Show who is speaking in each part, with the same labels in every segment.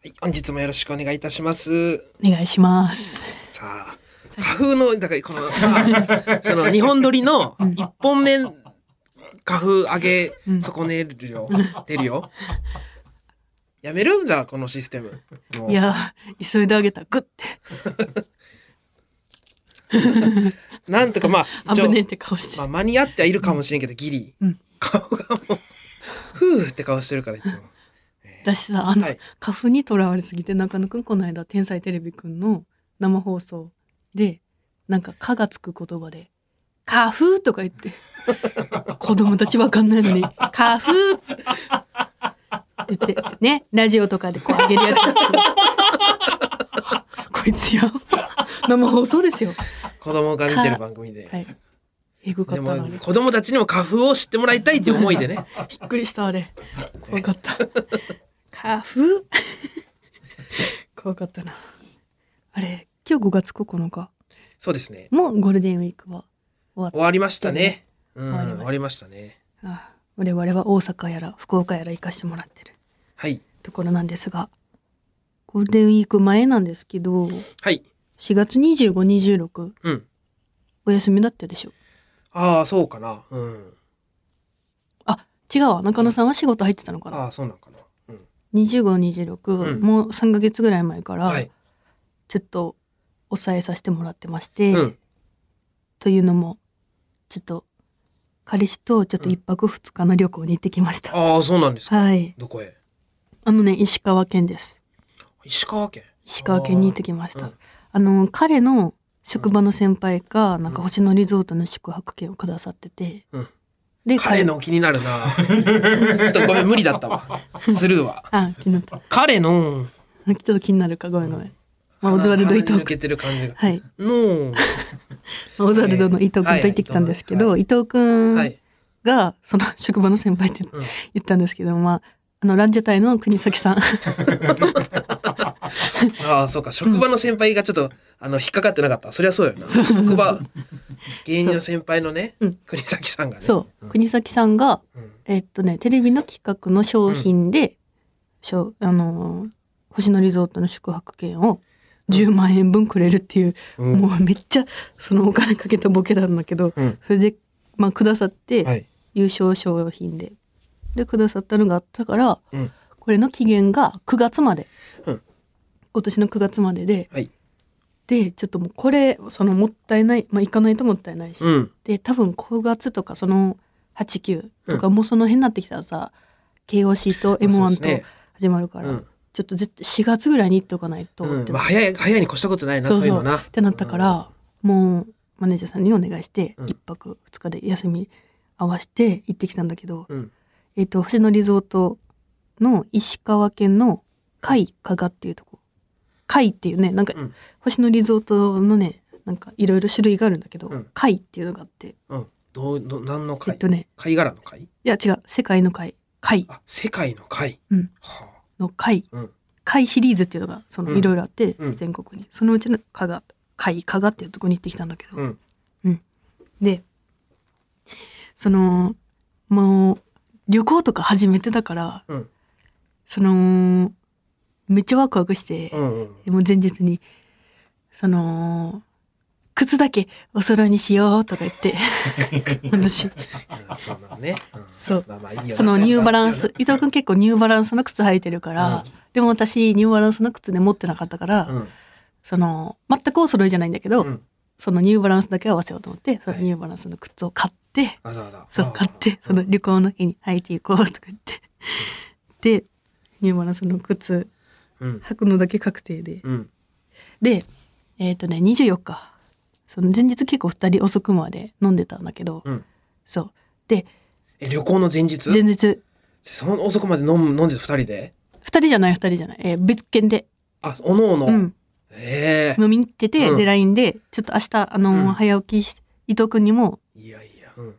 Speaker 1: はい、本日もよろしくお願いいたします。
Speaker 2: お願いします。
Speaker 1: さあ、花粉の、だからこのさ、 その日本撮りの一本目、花粉上げ損ねるよ、出るよ。やめるんじゃ、このシステム。もう
Speaker 2: いやー、急いであげた。グッて。
Speaker 1: なんとかまあ、
Speaker 2: あ
Speaker 1: 一
Speaker 2: ぶ
Speaker 1: 応
Speaker 2: ねえって顔して。
Speaker 1: まあ、間に合ってはいるかもしれんけど、ギリ。
Speaker 2: うん
Speaker 1: 顔がもう、ふーって顔してるから、いつも。
Speaker 2: 私さ、あの、
Speaker 1: はい
Speaker 2: 花粉にとらわれすぎて、中野くん、この間、天才テレビくんの生放送で、なんか、かがつく言葉で、花粉とか 言って、子供たちわかんないのに、花粉って言って、ね、ラジオとかでこうあげ るやつ。こいつやば、生放送ですよ。
Speaker 1: 子供が見てる番組で。
Speaker 2: はい。えぐか
Speaker 1: で
Speaker 2: ったな、あれ
Speaker 1: も、子供たちにも花粉を知ってもらいたいっていう思いでね。
Speaker 2: びっくりしたあれ怖かった花粉 怖かったなあれ今日5月9日
Speaker 1: そうですね。
Speaker 2: もうゴールデンウィークは終
Speaker 1: 終
Speaker 2: わっ
Speaker 1: わりましたね。うん、
Speaker 2: 終わりました
Speaker 1: 終わりましたね。
Speaker 2: たああ我々は大阪やら福岡やら行かしてもらってる
Speaker 1: はい。
Speaker 2: ところなんですがゴールデンウィーク前なんですけど
Speaker 1: はい。
Speaker 2: 4月2526
Speaker 1: うん。
Speaker 2: お休みだったでしょ
Speaker 1: ああ、そうかな。うん。
Speaker 2: あ違うわ中野さんは仕事入ってたのかな
Speaker 1: ああ、そうなんかな。うん。
Speaker 2: 2526、
Speaker 1: うん
Speaker 2: もう3ヶ月ぐらい前から
Speaker 1: はい。
Speaker 2: ちょっと抑えさせてもらってまして、
Speaker 1: うん。
Speaker 2: というのもちょっと彼氏とちょっと一泊二日の旅行に行ってきました、
Speaker 1: ああ、そうなんですか。
Speaker 2: はい
Speaker 1: どこへ
Speaker 2: あのね石川県です
Speaker 1: 石川県。
Speaker 2: 石川県に行ってきまし
Speaker 1: う
Speaker 2: たあ,、
Speaker 1: ん。
Speaker 2: の彼の職場の先輩がなんか星野リゾートの宿泊券をくださってて、
Speaker 1: うん
Speaker 2: で
Speaker 1: 彼の気になるな。ちょっとごめん、無理だったわ。スルーは。
Speaker 2: あ気になった
Speaker 1: 彼の。
Speaker 2: ちょっと気になるかごめんごめん、まあ、オズワルド伊藤
Speaker 1: 鼻に抜
Speaker 2: 君
Speaker 1: けてる感じが。
Speaker 2: はい
Speaker 1: の。
Speaker 2: まあオズワルドの伊藤君と行ってきたんですけど、
Speaker 1: は
Speaker 2: 伊藤君
Speaker 1: はい。
Speaker 2: がその職場の先輩って
Speaker 1: うん
Speaker 2: 言ったんですけど、まああのランジェタイの国崎さん
Speaker 1: ああ、そうか。職場の先輩がちょっと、あの、引っかかってなかった。そりゃそうよな。職場、芸人の先輩のね
Speaker 2: うん、
Speaker 1: 国崎さんがね。
Speaker 2: そう国崎さんが
Speaker 1: うん。
Speaker 2: えっとね、テレビの企画の商品で、しょあのー星野リゾートの宿泊券を10万円分くれるっていう、
Speaker 1: うん
Speaker 2: もうめっちゃそのお金かけたボケなんだけど、
Speaker 1: うん
Speaker 2: それで、まあ、くださって、
Speaker 1: はい。
Speaker 2: 優勝商品ででくださったのがあったから、
Speaker 1: うん
Speaker 2: これの期限が9月まで、
Speaker 1: うん
Speaker 2: 今年の9月までで
Speaker 1: はい。
Speaker 2: でちょっともうこれそのもったいない、まあ、行かないともったいないし、
Speaker 1: うん。
Speaker 2: で多分9月とかその89とかもうその辺になってきたらさ、KOC と
Speaker 1: まあそう
Speaker 2: M1
Speaker 1: です
Speaker 2: と
Speaker 1: ね
Speaker 2: 始まるから、
Speaker 1: うん
Speaker 2: ちょっと絶対4月ぐらいに行っとかないと、
Speaker 1: うん
Speaker 2: って
Speaker 1: まあ、早い早いに越したことないな
Speaker 2: そ
Speaker 1: そうう
Speaker 2: そう
Speaker 1: いうのな。っ
Speaker 2: ってなったから、もうマネージャーさんにお願いして、
Speaker 1: うん
Speaker 2: 1泊2日で休み合わせて行ってきたんだけど、
Speaker 1: うん
Speaker 2: えっ、と星野リゾートの石川県の海加賀っていうとこ海っていうねなんか、
Speaker 1: うん
Speaker 2: 星野リゾートのねなんかいろいろ種類があるんだけど、
Speaker 1: うん
Speaker 2: 海っていうのがあって、
Speaker 1: うん、どうど何の
Speaker 2: えっ
Speaker 1: 貝、
Speaker 2: とね
Speaker 1: 貝殻の貝
Speaker 2: いや違う世界の貝貝
Speaker 1: あ世界の貝、
Speaker 2: うん
Speaker 1: はあ
Speaker 2: の貝
Speaker 1: うん
Speaker 2: 貝シリーズっていうのがその
Speaker 1: うん
Speaker 2: いろいろあって、
Speaker 1: うん
Speaker 2: 全国にそのうちの加賀貝加賀っていうとこに行ってきたんだけど、
Speaker 1: うん
Speaker 2: でそのもう旅行とか始めてたから
Speaker 1: うん
Speaker 2: そのめっちゃワクワクして、
Speaker 1: うんうん
Speaker 2: でもう前日にその靴だけお揃いにしようとか言って私
Speaker 1: うんそうなのね、うん
Speaker 2: そう
Speaker 1: まあまあいいよな
Speaker 2: そのニューバラン
Speaker 1: そ
Speaker 2: ス
Speaker 1: ういう
Speaker 2: 伊藤君結構ニューバランスの靴履いてるから、
Speaker 1: う
Speaker 2: でも私ニューバランスの靴で持ってなかったから、
Speaker 1: 話よな
Speaker 2: その全くお揃いじゃないんだけ
Speaker 1: う
Speaker 2: ど、
Speaker 1: ん、うん、
Speaker 2: そのニューバランスだけ合わせようと思ってその
Speaker 1: はい
Speaker 2: ニューバランスの靴を買って、
Speaker 1: あざあざ
Speaker 2: そう
Speaker 1: あ
Speaker 2: 買ってその旅行の日に履いていこうとか 言ってでニューバランスの靴
Speaker 1: うん
Speaker 2: 履くのだけ確定で
Speaker 1: うん
Speaker 2: でえっ、とね24日その前日結構2人遅くまで飲んでたんだけど、
Speaker 1: うん
Speaker 2: そうで
Speaker 1: え旅行の前日
Speaker 2: 前日
Speaker 1: その遅くまで飲む飲んでた二人で
Speaker 2: 2人じゃない2人じゃない、えー別件で、
Speaker 1: あおのおの、
Speaker 2: うん、
Speaker 1: ええ
Speaker 2: 飲みに行ってて、
Speaker 1: うん
Speaker 2: で LINE でちょっと明日あのー、
Speaker 1: うん
Speaker 2: 早起きし伊藤君にも
Speaker 1: いやいや、うん、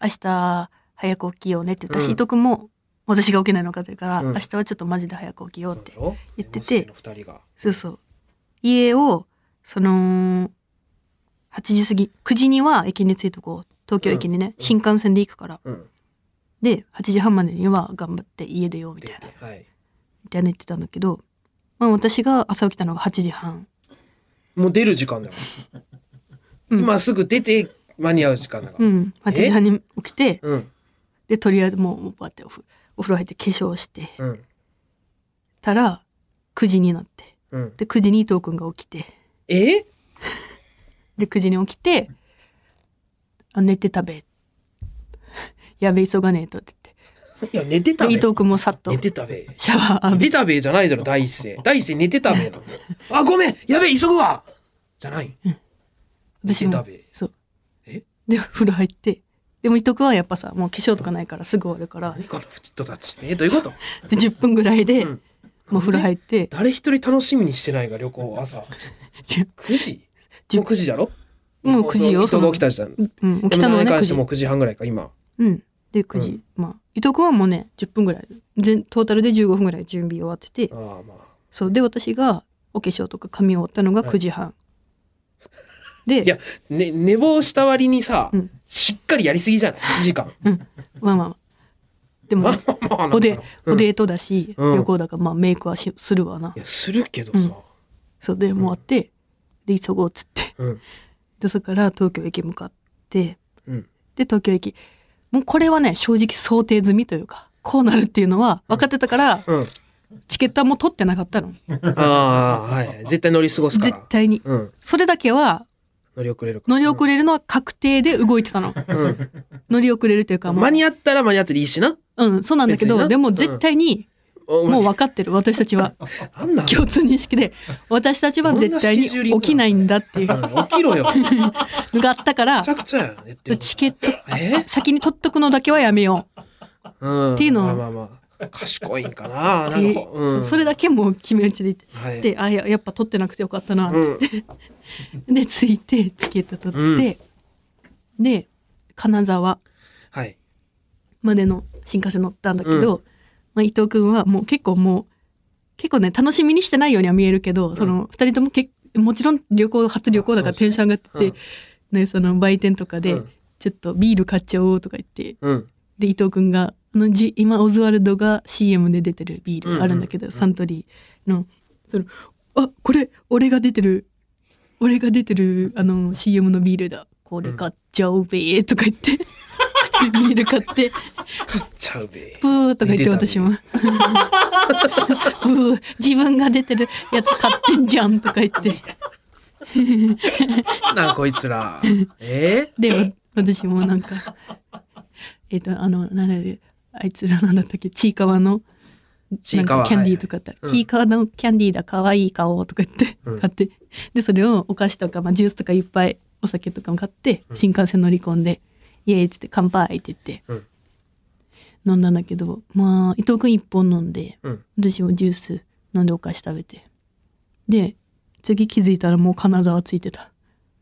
Speaker 2: 明日早く起きようねって言った
Speaker 1: う
Speaker 2: し、
Speaker 1: ん
Speaker 2: 伊藤君も私が起きないのかというから、
Speaker 1: うん
Speaker 2: 明日はちょっとマジで早く起きようって、
Speaker 1: そうだろ
Speaker 2: 言ってて
Speaker 1: でもうすでに二人が
Speaker 2: そうそう家をその8時過ぎ9時には駅に着いとこう東京駅にね、
Speaker 1: うん
Speaker 2: 新幹線で行くから
Speaker 1: うん
Speaker 2: で8時半までには頑張って家出ようみ
Speaker 1: 出
Speaker 2: たい
Speaker 1: て
Speaker 2: な
Speaker 1: はい
Speaker 2: みたいな言ってたんだけどまあ私が朝起きたのが8時半。
Speaker 1: もう出る時間だよ。
Speaker 2: うん
Speaker 1: 今すぐ出て間に合う時間だか
Speaker 2: う
Speaker 1: ら。
Speaker 2: ん。8時半に起きて、
Speaker 1: うん。
Speaker 2: で、とりあえずもうバッてお風お風呂入って化粧して
Speaker 1: うん。
Speaker 2: たら、9時になって。
Speaker 1: うん。
Speaker 2: で、9時に伊藤くんが起きて。
Speaker 1: え
Speaker 2: で、9時に起きて、あ寝て食べ。 やべ、急がねえとって
Speaker 1: いや、寝てた
Speaker 2: 言って。
Speaker 1: べ
Speaker 2: で、伊。藤くんもさっと
Speaker 1: 寝てたべ。
Speaker 2: シャワー浴
Speaker 1: 寝
Speaker 2: び
Speaker 1: てたべじゃないだろ、第一声。第一声寝てたべな。あ、ごめんやべえ、急ぐわじゃない。寝
Speaker 2: 私
Speaker 1: てた
Speaker 2: も
Speaker 1: べ。
Speaker 2: そう
Speaker 1: え
Speaker 2: で風呂入ってでも伊藤君はやっぱさもう化粧とかないからすぐ終わるから
Speaker 1: 何この人たち。え、どういうこと
Speaker 2: で10分ぐらいで、
Speaker 1: うん
Speaker 2: もう風呂入って
Speaker 1: 誰一人楽しみにしてないが、旅行、朝。9時
Speaker 2: じゅ
Speaker 1: もう9時だろ
Speaker 2: もう9時よ
Speaker 1: 人が起きた時間。
Speaker 2: うん、起きた
Speaker 1: 山田に
Speaker 2: のはね9
Speaker 1: 関して
Speaker 2: 時
Speaker 1: もう9時半ぐらいか、今。
Speaker 2: うんで9時、
Speaker 1: う
Speaker 2: まあ伊藤君はもうね10分ぐらい全トータルで15分ぐらい準備終わってて
Speaker 1: ああ、まあ。
Speaker 2: そうで私がお化粧とか髪を終わったのが9時半、で
Speaker 1: いや、ね、寝坊した割にさ、
Speaker 2: うん
Speaker 1: しっかりやりすぎじゃない ?1 時 間。
Speaker 2: まあまあまあでも、ね、
Speaker 1: まあ
Speaker 2: おで
Speaker 1: うん
Speaker 2: おデートだし、
Speaker 1: うん
Speaker 2: 旅行だからまあメイクはしするわない
Speaker 1: や、するけどさ。
Speaker 2: そうでもう終わって、で急ごうっつって
Speaker 1: うん。
Speaker 2: でそこから東京駅向かって
Speaker 1: うん。
Speaker 2: で東京駅もうこれはね正直想定済みというかこうなるっていうのは分かってたから、
Speaker 1: うん。
Speaker 2: チケットはもう取ってなかったの
Speaker 1: ああ、はい。絶対乗り過ごすから。
Speaker 2: 絶対に
Speaker 1: うん。
Speaker 2: それだけは
Speaker 1: 乗り遅れるから。
Speaker 2: 乗り遅れるのは確定で動いて たの、
Speaker 1: うん。
Speaker 2: 乗り遅れるというかもう
Speaker 1: 間に合ったら間に合っていいしな。
Speaker 2: うんそうなんだけ
Speaker 1: 別に
Speaker 2: ど
Speaker 1: な
Speaker 2: でも
Speaker 1: うん
Speaker 2: 絶対に
Speaker 1: お
Speaker 2: もう
Speaker 1: 前、
Speaker 2: 分かってる私た ちは
Speaker 1: なんなん
Speaker 2: 共通認識で私たちは絶対に起きないんだっていう
Speaker 1: うん起きろよ。め
Speaker 2: のがあったから
Speaker 1: ちゃくちゃやん。 言ってる
Speaker 2: チケット
Speaker 1: え
Speaker 2: 先に取っとくのだけはやめよ
Speaker 1: うん。
Speaker 2: っていうの
Speaker 1: まあまあまあ。賢いんかな。
Speaker 2: うっ
Speaker 1: な
Speaker 2: てい
Speaker 1: ん
Speaker 2: う
Speaker 1: か、う
Speaker 2: そ
Speaker 1: ん。
Speaker 2: それだけもう決め打ちで言って
Speaker 1: はい。
Speaker 2: であややっぱ取ってなくてよかったなっつって、で着いてチケット取って、で金沢
Speaker 1: はい。
Speaker 2: までの新幹線乗ったんだけど、まあ、伊藤君はもう結構もう結構ね楽しみにしてないようには見えるけど、その2人ともけもちろん旅行初旅行だから
Speaker 1: そ
Speaker 2: テ
Speaker 1: う
Speaker 2: ンション上がってて、
Speaker 1: うん
Speaker 2: ね、その売店とかで、
Speaker 1: うん
Speaker 2: ちょっとビール買っちゃおうとか言って
Speaker 1: うん。
Speaker 2: で伊藤君があのじ今オズワルドが CM で出てるビールあるんだけど、
Speaker 1: うんうんうん
Speaker 2: サントリーのそのあこれ俺が出てる俺が出てるあの CM のビールだこれ買っちゃおうべーとか言って ビール買って
Speaker 1: 買っちゃうべ。
Speaker 2: ブーとか言
Speaker 1: 似
Speaker 2: っ
Speaker 1: て
Speaker 2: て
Speaker 1: たね
Speaker 2: 私もブー自分が出てるやつ買ってんじゃんとか言って
Speaker 1: なんこいつ ら。え
Speaker 2: でわ私もなんかえっ、とあのなんだあいつらなんだったっけちいかわの
Speaker 1: ちいか
Speaker 2: な
Speaker 1: わ
Speaker 2: んかキャンディーとかあったら
Speaker 1: はいはいうん
Speaker 2: ちいかわのキャンディーだかわいい顔とか言って
Speaker 1: うん
Speaker 2: 買って、でそれをお菓子とか、まあ、ジュースとかいっぱいお酒とかも買って新幹線乗り込んで「イエーイ!」っつって「乾杯!」って言って、
Speaker 1: うん
Speaker 2: 飲んだんだけどまあ伊藤君一本飲んで
Speaker 1: うん。
Speaker 2: 私もジュース飲んでお菓子食べてで次気づいたらもう金沢ついてた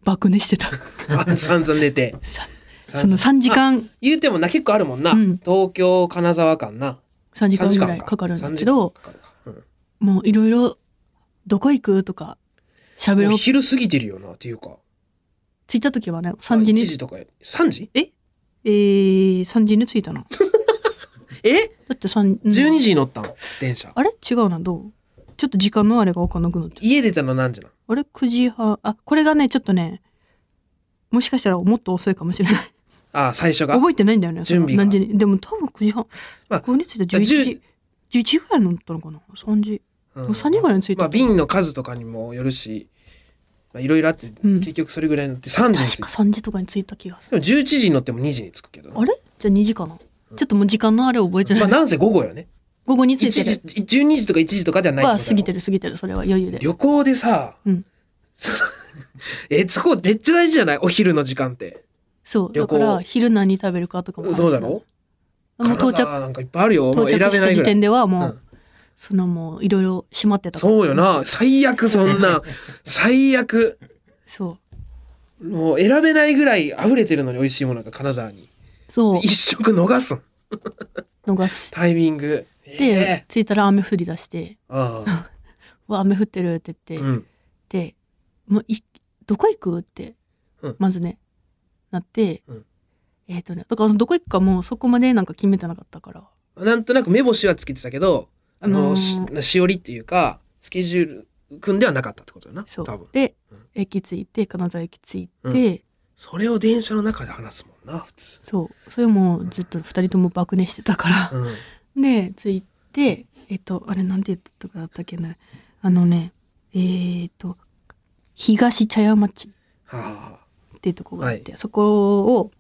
Speaker 2: 爆寝してた
Speaker 1: あ散々寝て。
Speaker 2: さその3時間
Speaker 1: 言うてもな結構あるもんな、
Speaker 2: うん
Speaker 1: 東京金沢間な
Speaker 2: 3時間
Speaker 1: 3
Speaker 2: ぐ
Speaker 1: 時
Speaker 2: ら
Speaker 1: 間
Speaker 2: いかかるんだ
Speaker 1: 3
Speaker 2: け
Speaker 1: 時間
Speaker 2: ど
Speaker 1: かかるかうん
Speaker 2: もういろいろ「どこ行く?」とか喋ろ
Speaker 1: も
Speaker 2: う
Speaker 1: う昼過ぎてるよなっていうか
Speaker 2: 着いた時はね3時に
Speaker 1: 1時とか3時
Speaker 2: えー、3時に着いたのだ
Speaker 1: え
Speaker 2: って3
Speaker 1: 12時に乗ったん電車
Speaker 2: あれ違うなどうちょっと時間のあれが分かんなくなってる
Speaker 1: 家出たの何時な
Speaker 2: あれ9時半あこれがねちょっとねもしかしたらもっと遅いかもしれない
Speaker 1: のあ最初が
Speaker 2: 覚えてないんだよね
Speaker 1: 準備が
Speaker 2: 何時にでも多分9時半
Speaker 1: まあ
Speaker 2: ここに着いた11時11時ぐらいに乗ったのかな3時
Speaker 1: うん
Speaker 2: 3時ぐらいに着いた
Speaker 1: まあ便の数とかにもよるしまあいろいろあって、
Speaker 2: うん
Speaker 1: 結局それぐらいになって3時に着
Speaker 2: 確
Speaker 1: い
Speaker 2: か
Speaker 1: た
Speaker 2: 3時とかに着いた気がする
Speaker 1: でも11時に乗っても2時に着くけどな
Speaker 2: あれじゃあ2時かな、ちょっともう時間のあれ覚えてない、
Speaker 1: まあなんせ午後よね
Speaker 2: 午後に着
Speaker 1: 1
Speaker 2: い
Speaker 1: 時
Speaker 2: てる
Speaker 1: 12時とか1時とかではない
Speaker 2: は過ぎて
Speaker 1: る
Speaker 2: る過ぎてるそれは余裕で
Speaker 1: 旅行でさ、
Speaker 2: うん
Speaker 1: そのえそこめっちゃ大事じゃないお昼の時間って
Speaker 2: そうだ
Speaker 1: 旅行
Speaker 2: から昼何食べるかとかもあるし
Speaker 1: そうだろ
Speaker 2: もう到
Speaker 1: 金
Speaker 2: 着
Speaker 1: 沢なんかいっぱいあるよ。も
Speaker 2: 到
Speaker 1: う選
Speaker 2: 着
Speaker 1: べ
Speaker 2: し
Speaker 1: な
Speaker 2: た
Speaker 1: いぐら
Speaker 2: 時
Speaker 1: い
Speaker 2: 点。ではもう、
Speaker 1: うん
Speaker 2: そのもういろいろ閉まってたから
Speaker 1: そうよな。最悪そん な。最悪。
Speaker 2: そう
Speaker 1: もう選べないぐらい溢れてるのに美味しいものが金沢に。
Speaker 2: そう
Speaker 1: で一食逃すん。
Speaker 2: 逃して、
Speaker 1: タイミング。ええ
Speaker 2: 着いたら雨降り出して
Speaker 1: ああ。
Speaker 2: 「わ雨降ってる」って言って、
Speaker 1: うん。
Speaker 2: でもういどこ行くって、
Speaker 1: うん
Speaker 2: まずねなって、
Speaker 1: うん
Speaker 2: えっ、とねだからどこ行くかもうそこまでなんか決めてなかったから
Speaker 1: なんとなく目星はつけてたけど、あ
Speaker 2: あの
Speaker 1: の、
Speaker 2: ー
Speaker 1: ししおりっていうか、スケジュール組んではなかったってことだな
Speaker 2: そ
Speaker 1: 多
Speaker 2: う
Speaker 1: 分
Speaker 2: で
Speaker 1: うん
Speaker 2: 駅着いて金沢駅着いて、
Speaker 1: うんそれを電車の中で話すもんな普通、
Speaker 2: そうそれもずっと2人とも爆寝してたから、
Speaker 1: うん、
Speaker 2: で着いてえっとあれなんて言ってたかだったっけなあのねえーっと東茶屋町
Speaker 1: は
Speaker 2: っていうとこがあって、そこを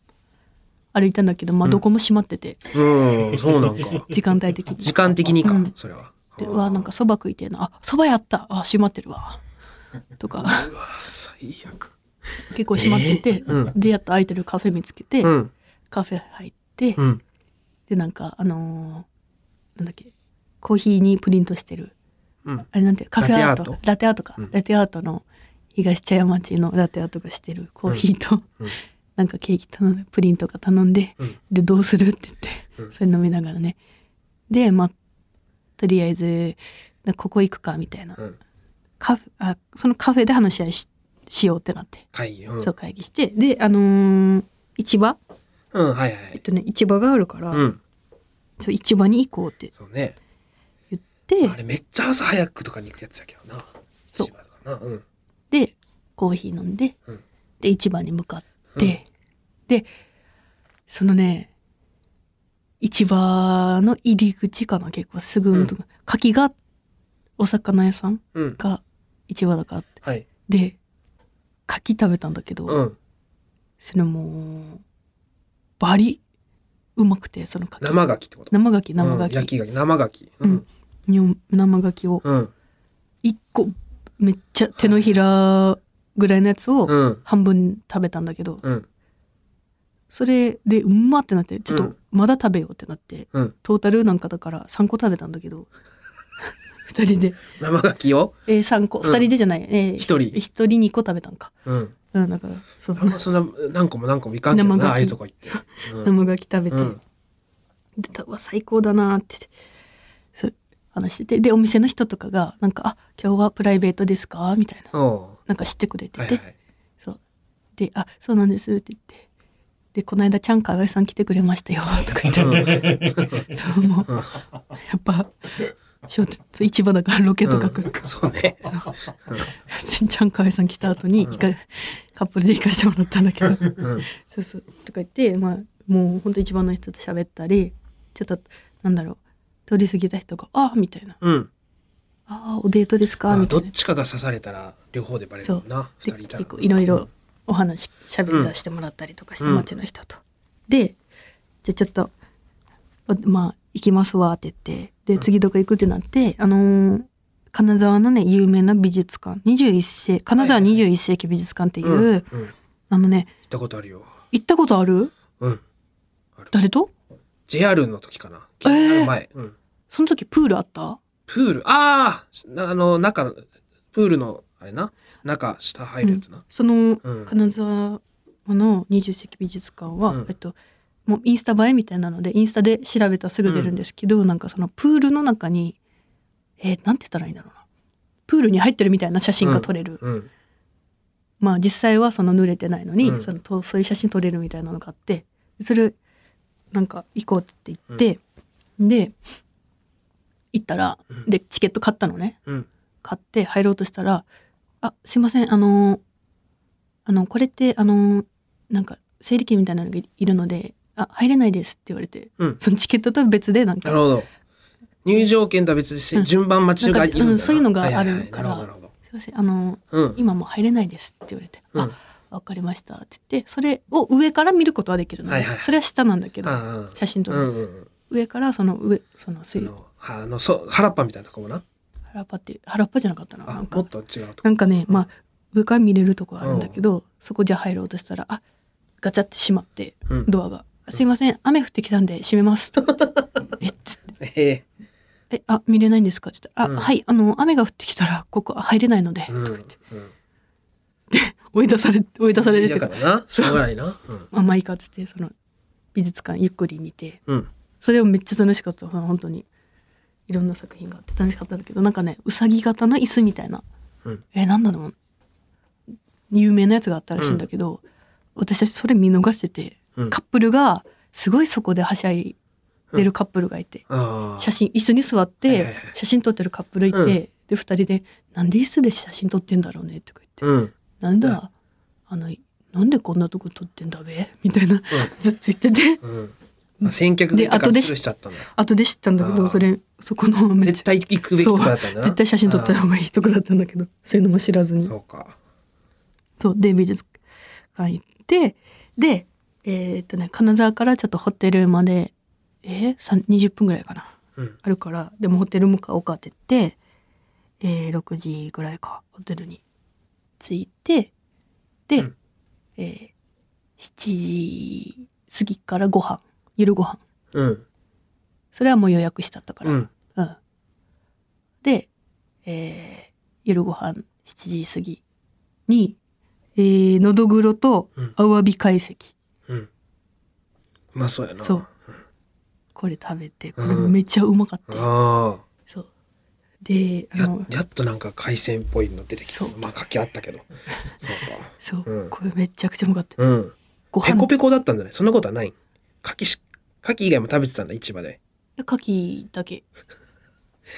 Speaker 2: 歩いたんだけど、ま
Speaker 1: う
Speaker 2: あ、
Speaker 1: ん
Speaker 2: どこも閉まってて、
Speaker 1: あうんそうなんか
Speaker 2: 時間帯的に。
Speaker 1: 時間的にか、
Speaker 2: うん
Speaker 1: それは
Speaker 2: で
Speaker 1: あー
Speaker 2: うわなんかそば食いてえなあそばやったあ閉まってるわ とか
Speaker 1: うわ最悪
Speaker 2: 結構閉まってて、
Speaker 1: えー
Speaker 2: でやっと空いてるカフェ見つけて、
Speaker 1: うん
Speaker 2: カフェ入って、
Speaker 1: うん
Speaker 2: でなんかあのーなんだっけコーヒーにプリントしてる
Speaker 1: うん
Speaker 2: あれなんてカフェアート
Speaker 1: ラテアート
Speaker 2: ラテアートか、
Speaker 1: うん
Speaker 2: ラテアートの東茶屋町のラテアートがしてるコーヒーと、
Speaker 1: うんうん
Speaker 2: なんかケーキ頼んでプリンとか頼んで、
Speaker 1: うん
Speaker 2: でどうするって言って、
Speaker 1: うん
Speaker 2: それ飲みながらねでまあとりあえずなんかここ行くかみたいな、
Speaker 1: うん
Speaker 2: カフェあそのカフェで話し合いししようってなって、
Speaker 1: 会議うん
Speaker 2: そう会議してであのー市場
Speaker 1: うんはいは
Speaker 2: えっ
Speaker 1: い
Speaker 2: とね市場があるから、
Speaker 1: うん
Speaker 2: そう市場に行こうって
Speaker 1: そうね
Speaker 2: 言っ
Speaker 1: あ
Speaker 2: て
Speaker 1: れめっちゃ朝早くとかに行くやつだけどな
Speaker 2: そう
Speaker 1: 千葉とかなうん
Speaker 2: でコーヒー飲んで、
Speaker 1: うん
Speaker 2: で市場に向かって、でそのね市場の入り口かな結構すぐのとこ、柿がお魚屋さん
Speaker 1: うん
Speaker 2: が市場だからって
Speaker 1: はい
Speaker 2: で柿食べたんだけど、
Speaker 1: うん
Speaker 2: それもうバリうまくてその柿
Speaker 1: 生牡蠣ってこと
Speaker 2: 生牡蠣生
Speaker 1: うん
Speaker 2: 牡
Speaker 1: 焼
Speaker 2: 蠣、
Speaker 1: き牡蠣生牡蠣うん
Speaker 2: に生牡蠣を
Speaker 1: うん
Speaker 2: 一個めっちゃ手のひらぐらいのやつを
Speaker 1: うん
Speaker 2: 半分食べたんだけど、
Speaker 1: うん
Speaker 2: それでうんまってなってちょっ
Speaker 1: う
Speaker 2: と
Speaker 1: ん
Speaker 2: まだ食べようってなって、
Speaker 1: うん
Speaker 2: トータルなんかだから3個食べたんだけど 2人で、
Speaker 1: 生牡蠣を
Speaker 2: えー、3個
Speaker 1: うん
Speaker 2: 2人でじゃない、えー、
Speaker 1: 一人
Speaker 2: 1人2個食べたんか、
Speaker 1: うん
Speaker 2: うん、だからそ
Speaker 1: あんま
Speaker 2: う
Speaker 1: そんな何個も何個もいかんけど
Speaker 2: 生牡蠣
Speaker 1: なああいうとこ行ってうん
Speaker 2: 生牡蠣食べて、
Speaker 1: うん
Speaker 2: でたうわ最高だなーってそう話しててでお店の人とかがなんか「あ今日はプライベートですか?」みたいな
Speaker 1: お
Speaker 2: なんか知ってくれて
Speaker 1: う
Speaker 2: て、
Speaker 1: はいはい
Speaker 2: そうで「あそうなんです」って言って「でこの間ちゃんかわいさん来てくれましたよ」とか言ってそうもう、
Speaker 1: うん
Speaker 2: やっぱ商店市場だからロケとか来る、
Speaker 1: うんそうね
Speaker 2: ちゃんかわいさん来た後に、
Speaker 1: うん
Speaker 2: 一回カップルで行かしてもらったんだけど
Speaker 1: うん
Speaker 2: そうそうとか言って、まあ、もう本当市場の人と喋ったりちょっとなんだろう通り過ぎた人が「ああ」みたいな
Speaker 1: うん
Speaker 2: 「ああおデートですか」
Speaker 1: まあ
Speaker 2: みた
Speaker 1: ど
Speaker 2: い
Speaker 1: っ
Speaker 2: な。
Speaker 1: ちかが刺されたら両方でバレるもんな二
Speaker 2: で
Speaker 1: 人いた
Speaker 2: 結
Speaker 1: ら
Speaker 2: 構いろいろお話しゃべりさせてもらったりとかして、
Speaker 1: うん
Speaker 2: 街の人と。でじゃあちょっとおまあ行きますわって言ってで次どこ行くってなって、あのー金沢のね有名な美術館21世金
Speaker 1: は
Speaker 2: 沢
Speaker 1: いはい
Speaker 2: 21世紀美術館っていう、
Speaker 1: うんうん行
Speaker 2: あのね
Speaker 1: ったことあるよ
Speaker 2: 行ったことある
Speaker 1: うんある
Speaker 2: 誰と
Speaker 1: JR の時かな
Speaker 2: えー
Speaker 1: あの前うん
Speaker 2: その時プールあった
Speaker 1: プールあああの中プールのあれな中下入るやつな
Speaker 2: その
Speaker 1: うん
Speaker 2: 金沢の20世紀美術館は、
Speaker 1: うん
Speaker 2: えっともうインスタ映えみたいなのでインスタで調べたらすぐ出るんですけど、なんかそのプールの中にえー、なんて言ったらいいんだろうなプールに入ってるみたいな写真が撮れる、
Speaker 1: うん
Speaker 2: まあ実際はその濡れてないのに、
Speaker 1: うん
Speaker 2: そのとそういう写真撮れるみたいなのがあってそれなんか行こうって言って、で行ったら
Speaker 1: うん
Speaker 2: でチケット買ったのね、
Speaker 1: うん
Speaker 2: 買って入ろうとしたら「あすいませんあのーあのこれってあのーなんか整理券みたいなのがいいるのであ入れないです」って言われて
Speaker 1: うん
Speaker 2: そのチケットとは別でなん
Speaker 1: なる
Speaker 2: か
Speaker 1: ほど入場券とは別で
Speaker 2: うん
Speaker 1: 順番待ちがいるんだな
Speaker 2: うんそういうのがあるから
Speaker 1: はいはいはいなるほど
Speaker 2: 「すいませんあのー
Speaker 1: なるほど
Speaker 2: 今もう入れないです」って言われて「
Speaker 1: うんう
Speaker 2: あ
Speaker 1: ん
Speaker 2: わかりました」って言ってそれを上から見ることはできるので、
Speaker 1: はいはい
Speaker 2: それは下なんだけど
Speaker 1: あ
Speaker 2: 写真撮
Speaker 1: あ
Speaker 2: る、
Speaker 1: うんうんうん
Speaker 2: 上からその上その
Speaker 1: あ
Speaker 2: 水
Speaker 1: のはあのそう原っぱみたいなとこもな
Speaker 2: 原っぱって原っぱじゃなかったなな
Speaker 1: あ
Speaker 2: んか
Speaker 1: もっと違うとこ
Speaker 2: なんかね、まあ、上から見れるとこはあるんだけど、そこじゃ入ろうとしたら、あガチャって閉まって、
Speaker 1: うん
Speaker 2: ドアが、すいません、雨降ってきたんで閉めます。 えっつって、
Speaker 1: え
Speaker 2: え、あ、見れないんですかちょっと、あ、
Speaker 1: うん
Speaker 2: はい、あの、雨が降ってきたら、ここ入れないので、
Speaker 1: えうん
Speaker 2: と
Speaker 1: う
Speaker 2: か
Speaker 1: ん
Speaker 2: 言って、追い出され、追い出されるって
Speaker 1: だ
Speaker 2: いう
Speaker 1: か
Speaker 2: から
Speaker 1: なしょうがないなうん
Speaker 2: まあ、マイカっつって、その、美術館ゆっくり見て、
Speaker 1: うん
Speaker 2: それでもめっちゃ楽しかった、ほん本当に。いろんな作品があって楽しかったんだけど、なんかね、うさぎ型の椅子みたいな、
Speaker 1: うん
Speaker 2: えなんだろう有名なやつがあったらしいんだけど、私たちそれ見逃してて、
Speaker 1: うん
Speaker 2: カップルがすごいそこではしゃいでるカップルがいて、
Speaker 1: ああ
Speaker 2: 写真椅子に座っ
Speaker 1: はいは
Speaker 2: て
Speaker 1: いはい
Speaker 2: 写真撮ってるカップルいて、
Speaker 1: うん
Speaker 2: で二人で「なんで椅子で写真撮ってんだろうね」とか言って
Speaker 1: うん。
Speaker 2: 「なんだ、
Speaker 1: うん
Speaker 2: あのなんでこんなとこ撮ってんだべ」みたいな、ずっと言っ てて
Speaker 1: うん。まあ、先客がいたから
Speaker 2: で後でし
Speaker 1: スルーしちゃったんだ。
Speaker 2: 後で知ったんだけ
Speaker 1: あー
Speaker 2: どそれそこのめっちゃ
Speaker 1: 絶対行くべきとこだったんだな。
Speaker 2: 絶対写真撮った方がいいとこだったんだけどそういうのも知らず
Speaker 1: うん
Speaker 2: に
Speaker 1: そうか。
Speaker 2: そう、で、美術館行って、で、えーっとね、金沢からちょっとホテルまで、えー、さん20分ぐらいかな。
Speaker 1: うん。
Speaker 2: あるから、でもホテル向かおうかって言って、えー6時ぐらいか、ホテルに着いて、で、
Speaker 1: うん
Speaker 2: えー7時過ぎからご飯、夜ご飯。
Speaker 1: うん。
Speaker 2: それはもう予約してあったから。
Speaker 1: うん。
Speaker 2: うん。で、えー夜ご飯7時過ぎに、えー、のどぐろと
Speaker 1: うん
Speaker 2: アワビ解析、
Speaker 1: うん。まあ、そうやな。
Speaker 2: そう。これ食べて、これ
Speaker 1: うん
Speaker 2: めっちゃうまかったよ。
Speaker 1: ああ。
Speaker 2: そう。で、あ
Speaker 1: や
Speaker 2: の、
Speaker 1: やっとなんか海鮮っぽいの出てきた
Speaker 2: そう。
Speaker 1: まあ、かけあったけど。そうか。
Speaker 2: そう、
Speaker 1: うん
Speaker 2: これめっちゃくちゃうまかったよ。
Speaker 1: うん。
Speaker 2: ご
Speaker 1: ペ
Speaker 2: 飯、
Speaker 1: コペコだったんだね。そんなことはない。牡蠣し、牡蠣以外も食べてたんだ、市場で。
Speaker 2: カキだけ。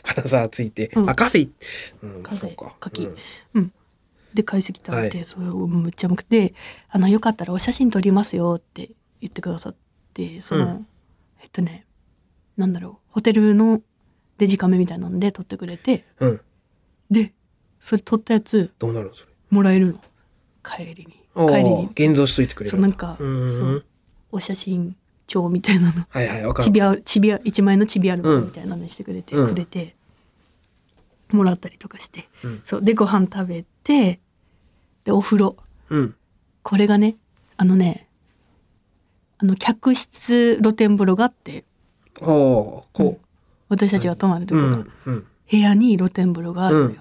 Speaker 1: 金沢ついて。
Speaker 2: うん
Speaker 1: あ、カフェ行って。うん、
Speaker 2: カフェ
Speaker 1: そうか。
Speaker 2: 牡蠣
Speaker 1: うん
Speaker 2: で、解析食べて、それをめっちゃうまくて、あの、よかったらお写真撮りますよって言ってくださって、その、
Speaker 1: う
Speaker 2: えっとね、なんだろう、ホテルのデジカメみたいなんで撮ってくれて、
Speaker 1: うん。
Speaker 2: でそれ取ったやつ
Speaker 1: どうなるのそれ。
Speaker 2: もらえるの帰りに
Speaker 1: お
Speaker 2: 帰りに
Speaker 1: ー現像しといてくれる。
Speaker 2: そうなんか
Speaker 1: うんうん
Speaker 2: そ
Speaker 1: うん
Speaker 2: う。お写真帳みたいなの
Speaker 1: はいはい、わか
Speaker 2: ち
Speaker 1: る。
Speaker 2: びあちびあ一枚のちびある
Speaker 1: うん
Speaker 2: みたいなのにしてくれて、
Speaker 1: うん
Speaker 2: くれてもらったりとかして、
Speaker 1: うん
Speaker 2: そうでご飯食べてでお風呂
Speaker 1: うん。
Speaker 2: これがねあのねあの客室露天風呂があって
Speaker 1: おお、こ
Speaker 2: 私たちが泊まる
Speaker 1: う。
Speaker 2: と
Speaker 1: う
Speaker 2: こが、
Speaker 1: ん。うん。
Speaker 2: 部屋に露天風呂があるのよ、
Speaker 1: うん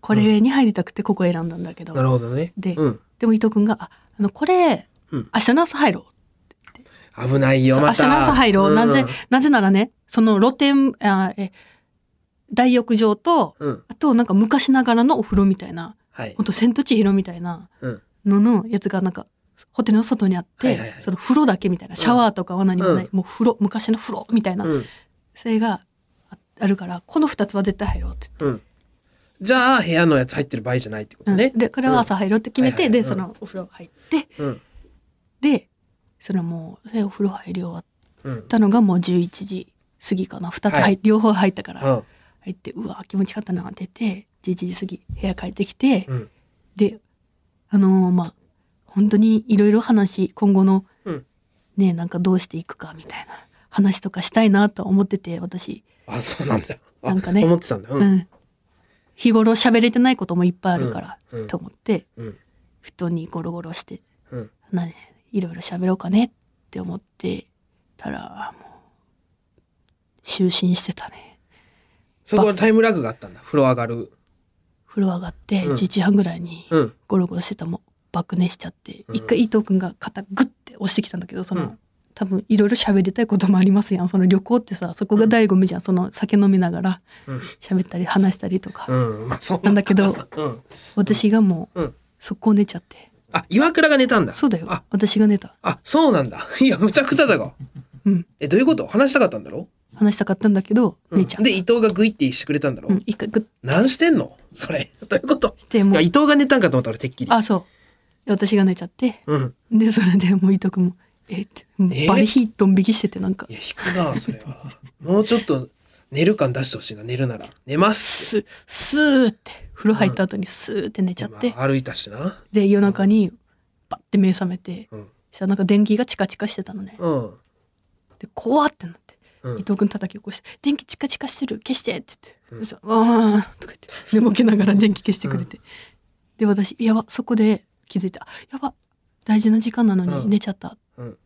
Speaker 2: これに入りたくてここ選んだんだけど、
Speaker 1: なるほどね。
Speaker 2: で
Speaker 1: うん。
Speaker 2: でも伊藤君が「ああのこれ、
Speaker 1: うん
Speaker 2: 明日の朝入ろう」
Speaker 1: 危ないよ、
Speaker 2: そう
Speaker 1: ま
Speaker 2: 明
Speaker 1: た。
Speaker 2: 日の朝入ろう、
Speaker 1: ん
Speaker 2: なぜなぜならねその露天あえ大浴場と
Speaker 1: うん。
Speaker 2: あとなんか昔ながらのお風呂みたいな
Speaker 1: はい
Speaker 2: ほ。んと千と千尋みたいな
Speaker 1: うん。
Speaker 2: ののやつがなんかホテルの外にあって、
Speaker 1: はいはいはい
Speaker 2: その風呂だけみたいなシャワーとかは何もない、
Speaker 1: うん
Speaker 2: もう風呂昔の風呂みたいな、
Speaker 1: うん。
Speaker 2: それがああるからこの2つは絶対入ろうって
Speaker 1: うん。じゃあ、部屋のやつ入ってる場合じゃないってこと
Speaker 2: 言って、
Speaker 1: ね
Speaker 2: うん。でこれは朝入ろうって決めて、
Speaker 1: うんはいはい
Speaker 2: でそのお風呂入って
Speaker 1: うん。
Speaker 2: でそれもうでお風呂入り終わって
Speaker 1: うん
Speaker 2: 行っ。たのがもう11時過ぎかな2つ入っ、
Speaker 1: はい
Speaker 2: 両方入ったから、
Speaker 1: うん。
Speaker 2: 入ってうわ気持ちよかったなって言って11時過ぎ部屋帰ってきて、
Speaker 1: うん
Speaker 2: であのーまあ本当にいろいろ話今後の、
Speaker 1: うん
Speaker 2: ねなんかどうしていくかみたいな話とかしたいなと思ってて私、
Speaker 1: あ、そうなんだ。あ
Speaker 2: なんかね
Speaker 1: 思ってたんだ。う
Speaker 2: う
Speaker 1: んん。
Speaker 2: 日頃喋れてないこともいっぱいあるから、
Speaker 1: うんうん
Speaker 2: と思って
Speaker 1: うん。
Speaker 2: 布団にゴロゴロして
Speaker 1: うん。
Speaker 2: なねいろいろ喋ろうかねって思ってたらもう就寝してたね。
Speaker 1: そこはタイムラグがあったんだ。風呂上がる。
Speaker 2: 風呂上がって
Speaker 1: うん
Speaker 2: 11時半ぐらいに
Speaker 1: うん。
Speaker 2: ゴロゴロしてたもん爆寝しちゃって、
Speaker 1: うん
Speaker 2: 一回伊藤君が肩グッて押してきたんだけどその、
Speaker 1: うん
Speaker 2: 多分いろいろ喋りたいこともありますやんその旅行ってさそこが醍醐味じゃん、その酒飲みながら
Speaker 1: うん。
Speaker 2: 喋ったり話したりとか、
Speaker 1: うん。まあ、そう
Speaker 2: なんだけど
Speaker 1: うん。
Speaker 2: 私がもう、
Speaker 1: うん
Speaker 2: 速攻寝ちゃって
Speaker 1: あ、岩倉が寝たんだ。
Speaker 2: そうだよ
Speaker 1: あ、
Speaker 2: 私が寝た
Speaker 1: あ、そうなんだ。 いや、むちゃくちゃだが。
Speaker 2: うん
Speaker 1: え、どういうこと話したかったんだろ
Speaker 2: 話したかったんだけど、
Speaker 1: うん
Speaker 2: 寝ちゃう
Speaker 1: で、伊藤がグイってしてくれたんだろ
Speaker 2: うん、一回グッ
Speaker 1: 何してんのそれ。 どういうこと
Speaker 2: て
Speaker 1: い
Speaker 2: も
Speaker 1: や、
Speaker 2: う
Speaker 1: 伊藤が寝たんかと思ったらてっきり。
Speaker 2: あそう私が寝ちゃって
Speaker 1: うん。
Speaker 2: でそれでもう伊藤君もえってもう
Speaker 1: え
Speaker 2: バリヒドン引きしててなんか
Speaker 1: いや、引くな、それは。 もうちょっと寝る感出してほしいな、寝るなら。寝ます。
Speaker 2: スースーって風呂入った後にスーって寝ちゃって、
Speaker 1: まあ歩いたしな。
Speaker 2: で夜中にパッて目覚めて
Speaker 1: うん。
Speaker 2: したらなんか電気がチカチカしてたのね
Speaker 1: うん。
Speaker 2: で怖ってなって、
Speaker 1: うん
Speaker 2: 伊藤君叩き起こして「電気チカチカしてる消して」っつって「
Speaker 1: う
Speaker 2: うんわー」とか言って寝ぼけながら電気消してくれて、で私やばそこで気づいて「あやば大事な時間なの
Speaker 1: うん
Speaker 2: に寝ちゃった」っ
Speaker 1: うん。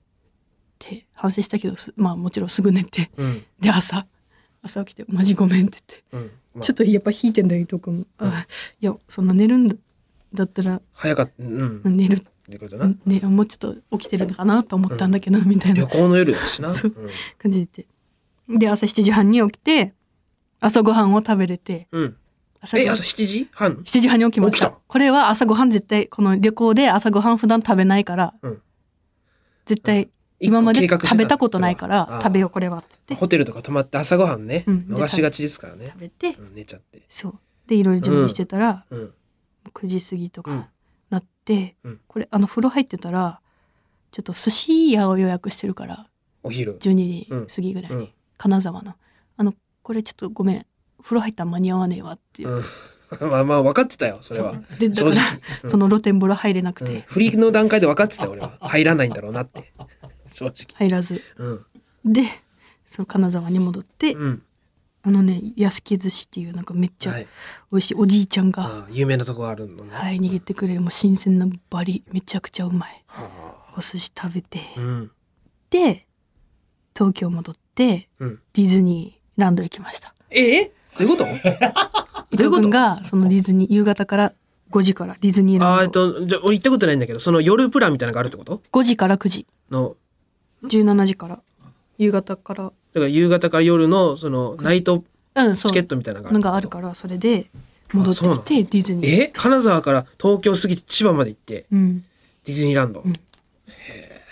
Speaker 2: て反省したけどすまあもちろんすぐ寝て
Speaker 1: うん。
Speaker 2: で朝朝起きて「マジごめん」って言って。
Speaker 1: うん。まあ
Speaker 2: ちょっとやっぱ引いてんだよ伊藤君も、
Speaker 1: うん
Speaker 2: あいやそんな寝るんだだったら
Speaker 1: 早かった。うん。っ
Speaker 2: 寝る、
Speaker 1: てことな。
Speaker 2: ね、もうちょっと起きてるのかなと思ったんだけど、みたい
Speaker 1: 旅
Speaker 2: な
Speaker 1: 行の夜だしな。う。
Speaker 2: そうん感じでで朝7時半に起きて朝ごはんを食べれて
Speaker 1: うん。
Speaker 2: 朝ご
Speaker 1: え、
Speaker 2: はん
Speaker 1: 朝7時半
Speaker 2: 7時半に起きました
Speaker 1: 起きた
Speaker 2: これは朝ごはん絶対この旅行で朝ごはん普段食べないから、
Speaker 1: うん
Speaker 2: 絶対今まで食べたことないから食べようこれはって言って
Speaker 1: ホテルとか泊まって朝ごはんね、
Speaker 2: うん
Speaker 1: 逃しがちですからね
Speaker 2: 食。べて
Speaker 1: うん寝ちゃって。
Speaker 2: そうでいろいろ準備してたら、
Speaker 1: うん
Speaker 2: 9時過ぎと
Speaker 1: うん
Speaker 2: かなって、
Speaker 1: うん
Speaker 2: これあの風呂入ってたらちょっと寿司屋を予約してるから
Speaker 1: お昼
Speaker 2: 12時過ぎぐらいに、
Speaker 1: うん
Speaker 2: 金沢のあのこれちょっとごめん風呂入ったら間に合わねえわっていう、
Speaker 1: うん まあまあ分かってたよそれは
Speaker 2: そうでだ
Speaker 1: 正
Speaker 2: か
Speaker 1: 直
Speaker 2: ら、その露天風呂入れなく
Speaker 1: う
Speaker 2: て、
Speaker 1: んうんフリーの段階で分かってたよ俺は入らないんだろうなって 正直
Speaker 2: 入らず
Speaker 1: うん
Speaker 2: でその金沢に戻って、
Speaker 1: うん
Speaker 2: あのね安家寿司っていうなんかめっちゃ
Speaker 1: はい
Speaker 2: 美味しいおじいちゃんが、
Speaker 1: ああ有名なとこがあるのね
Speaker 2: はい握ってくれるもう新鮮なバリめちゃくちゃうまい
Speaker 1: は
Speaker 2: お寿司食べて、
Speaker 1: あうん
Speaker 2: で東京戻って
Speaker 1: うん
Speaker 2: ディズニーランド行きました
Speaker 1: ええどういうこと
Speaker 2: 伊
Speaker 1: どうい
Speaker 2: 藤
Speaker 1: うこと
Speaker 2: 君がそのディズニー夕方から5時からディズニー
Speaker 1: あー
Speaker 2: ラ
Speaker 1: えっ
Speaker 2: ンド
Speaker 1: とじゃあ俺行ったことないんだけどその夜プランみたいなのがあるってこと
Speaker 2: 5時から9時
Speaker 1: の
Speaker 2: 17時から夕方から
Speaker 1: だから夕方から夜のそのナイト
Speaker 2: うんそ
Speaker 1: チ
Speaker 2: う
Speaker 1: ケットみたいなのがある
Speaker 2: の
Speaker 1: ってこと
Speaker 2: があるからそれで戻って
Speaker 1: あそうな
Speaker 2: き
Speaker 1: の
Speaker 2: てディズニー
Speaker 1: え金沢から東京過ぎて千葉まで行って
Speaker 2: うん
Speaker 1: ディズニーランド、
Speaker 2: ん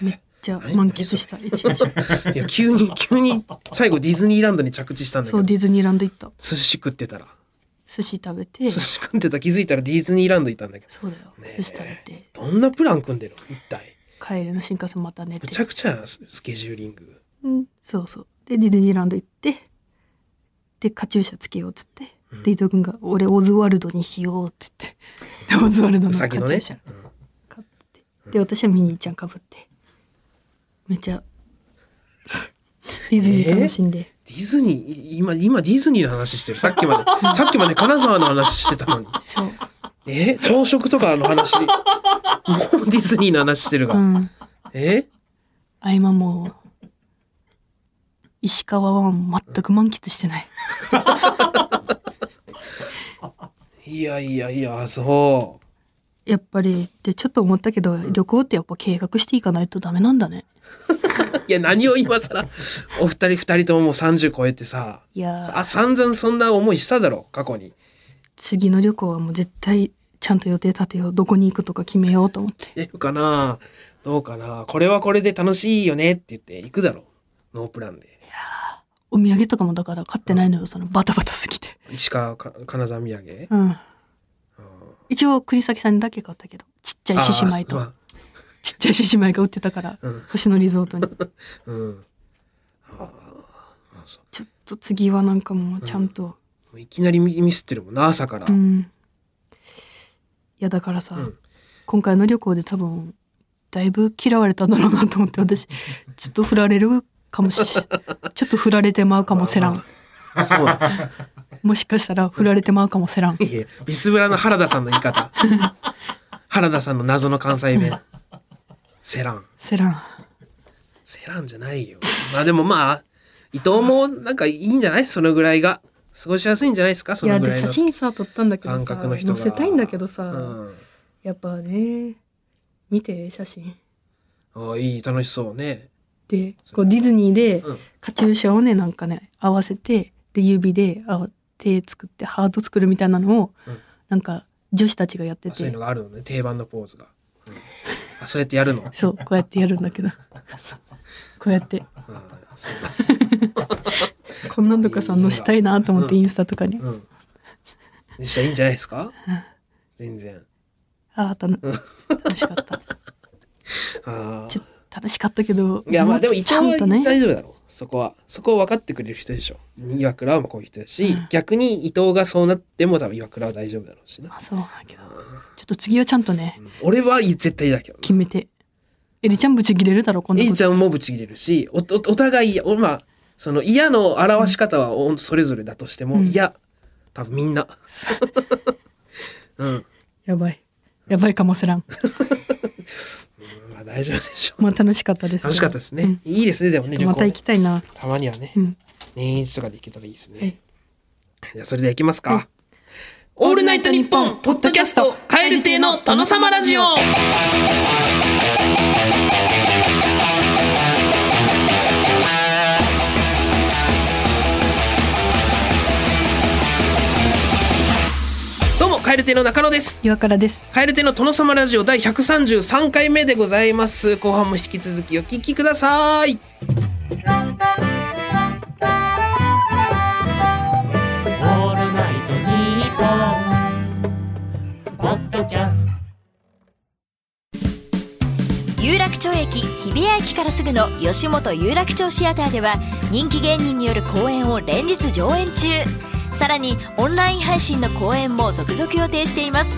Speaker 2: めっちゃ満喫した一日
Speaker 1: いや急 に急に最後ディズニーランドに着地したんだけ
Speaker 2: そう
Speaker 1: ど
Speaker 2: ディズニーランド行った
Speaker 1: 寿司食ってたら
Speaker 2: 寿司食べて
Speaker 1: 寿司食ってたら気づいたらディズニーランド行ったんだけど
Speaker 2: そうだよ
Speaker 1: ねえ
Speaker 2: 寿司食べて
Speaker 1: どんなプラン組んでるの一体
Speaker 2: 帰りの新幹線また寝
Speaker 1: む
Speaker 2: て
Speaker 1: ちゃくちゃやススケジューリング
Speaker 2: うん、そうそうでディズニーランド行ってでカチューシャつけようっつって、で伊藤君が「俺オズワルドにしよう」って言ってでオズワルド
Speaker 1: う
Speaker 2: の
Speaker 1: さぎ
Speaker 2: カチュ
Speaker 1: の
Speaker 2: ー
Speaker 1: ね
Speaker 2: シャかぶってで私はミニーちゃんかぶってめっちゃ ディズニー楽しんで、
Speaker 1: ディズニーい今今ディズニーの話してるさっき までさっきまで金沢の話してたのに
Speaker 2: そう、
Speaker 1: え朝食とかの話もうディズニーの話してるが、
Speaker 2: うん、
Speaker 1: え
Speaker 2: 合間もう石川は全く満喫してない
Speaker 1: いやいやいやそ
Speaker 2: やっぱりでちょっと思ったけど、旅行ってやっぱ計画していかないとダメなんだね
Speaker 1: ういや何を今更お二人二人とももう30超えてさ
Speaker 2: いやー
Speaker 1: あ散々そんな思いしただろ過去に
Speaker 2: 次の旅行はもう絶対ちゃんと予定立てようどこに行くとか決めようと思って
Speaker 1: えるかなどうかなこれはこれで楽しいよねって言って行くだろノープランで
Speaker 2: お土産とかもだから買ってないのよそのバタバタすぎて
Speaker 1: 石川か金沢土産
Speaker 2: うん一応栗崎さんにだけ買ったけどちっちゃい獅子舞
Speaker 1: あ
Speaker 2: と
Speaker 1: ー
Speaker 2: ちっちゃい獅子舞が売ってたから、
Speaker 1: うん
Speaker 2: 星野リゾートに
Speaker 1: そううん
Speaker 2: ちょっと次はなんかもうちゃんと
Speaker 1: もういきなりミミスってるもんな朝から、
Speaker 2: うん、いやだからさ、
Speaker 1: うん
Speaker 2: 今回の旅行で多分だいぶ嫌われたんだろうなと思って私ちょっと振られる かもしちょっと振られてまうかもせらん
Speaker 1: そうなの
Speaker 2: もしかしたら振られてまうかもせらん
Speaker 1: いやビスブラの原田さんの言い 方原田さんの謎の関西弁セラン
Speaker 2: セラン
Speaker 1: セランじゃないよまあでもまあ伊藤もなんかいいんじゃないそのぐらいが過ごしやすいんじゃないですかそ
Speaker 2: いや
Speaker 1: のぐ
Speaker 2: で
Speaker 1: らい
Speaker 2: 写
Speaker 1: の
Speaker 2: 真さ撮ったんだけど
Speaker 1: 感
Speaker 2: さ
Speaker 1: 覚の人
Speaker 2: 載
Speaker 1: が
Speaker 2: せたいんだけどさ、
Speaker 1: うん
Speaker 2: やっぱね見て写真
Speaker 1: ああいい楽しそうね。
Speaker 2: でこうディズニーで
Speaker 1: うん
Speaker 2: カチューシャをねなんかね合わせてで指であわ手作ってハート作るみたいなのを、
Speaker 1: うん
Speaker 2: なんか女子たちがやって
Speaker 1: そういう
Speaker 2: て
Speaker 1: のがあるのね定番のポーズが。うんあそうやってやる の。
Speaker 2: そうこうやってやるん だけどこうやって
Speaker 1: うんそう
Speaker 2: こんなんとかさ
Speaker 1: いいわ
Speaker 2: 載したいなと思って
Speaker 1: うん
Speaker 2: インスタとかに、
Speaker 1: うん。でしたらいいんじゃないですか。全然。
Speaker 2: ああ楽しかった
Speaker 1: あ
Speaker 2: ちょっと楽しかったけど
Speaker 1: あ。いやまあでも一
Speaker 2: ちゃ
Speaker 1: 応
Speaker 2: んと
Speaker 1: 大
Speaker 2: ね
Speaker 1: 丈夫だろう。そこはそこを分かってくれる人でしょ。岩倉はこういう人だし、
Speaker 2: うん
Speaker 1: 逆に伊藤がそうなっても多分岩倉は大丈夫だろうしな。
Speaker 2: まあそうだけどちょっと次はちゃんとね
Speaker 1: うん俺は絶対だけどな。
Speaker 2: 決めてエリちゃんブチ切れるだろこんな
Speaker 1: え
Speaker 2: こ
Speaker 1: い
Speaker 2: と
Speaker 1: ちゃんもぶち切れるしおおお互いおまあその嫌の表し方はおそれぞれだとしても、
Speaker 2: うん
Speaker 1: いや多分みんなうん、
Speaker 2: やばいやばいかもせらん
Speaker 1: まあ、大丈夫でしょう
Speaker 2: まあ楽しかったです
Speaker 1: 楽しかったですね、いいですねでもね旅
Speaker 2: ま
Speaker 1: 行
Speaker 2: た行きたいな
Speaker 1: たまにはね、
Speaker 2: うん
Speaker 1: 年一とかで行けたらいいですね、
Speaker 2: はい
Speaker 1: じゃあそれでは行きますか、オールナイトニッポン」ポッドキャスト「カエル亭の殿様ラジオ」どうもカエル亭の中野です
Speaker 2: 岩倉です
Speaker 1: カエル亭の殿様ラジオ第133回目でございます後半も引き続きお聞きください
Speaker 3: オールナイトニッポン」町駅日比谷駅からすぐの吉本有楽町シアターでは人気芸人による公演を連日上演中さらにオンライン配信の公演も続々予定しています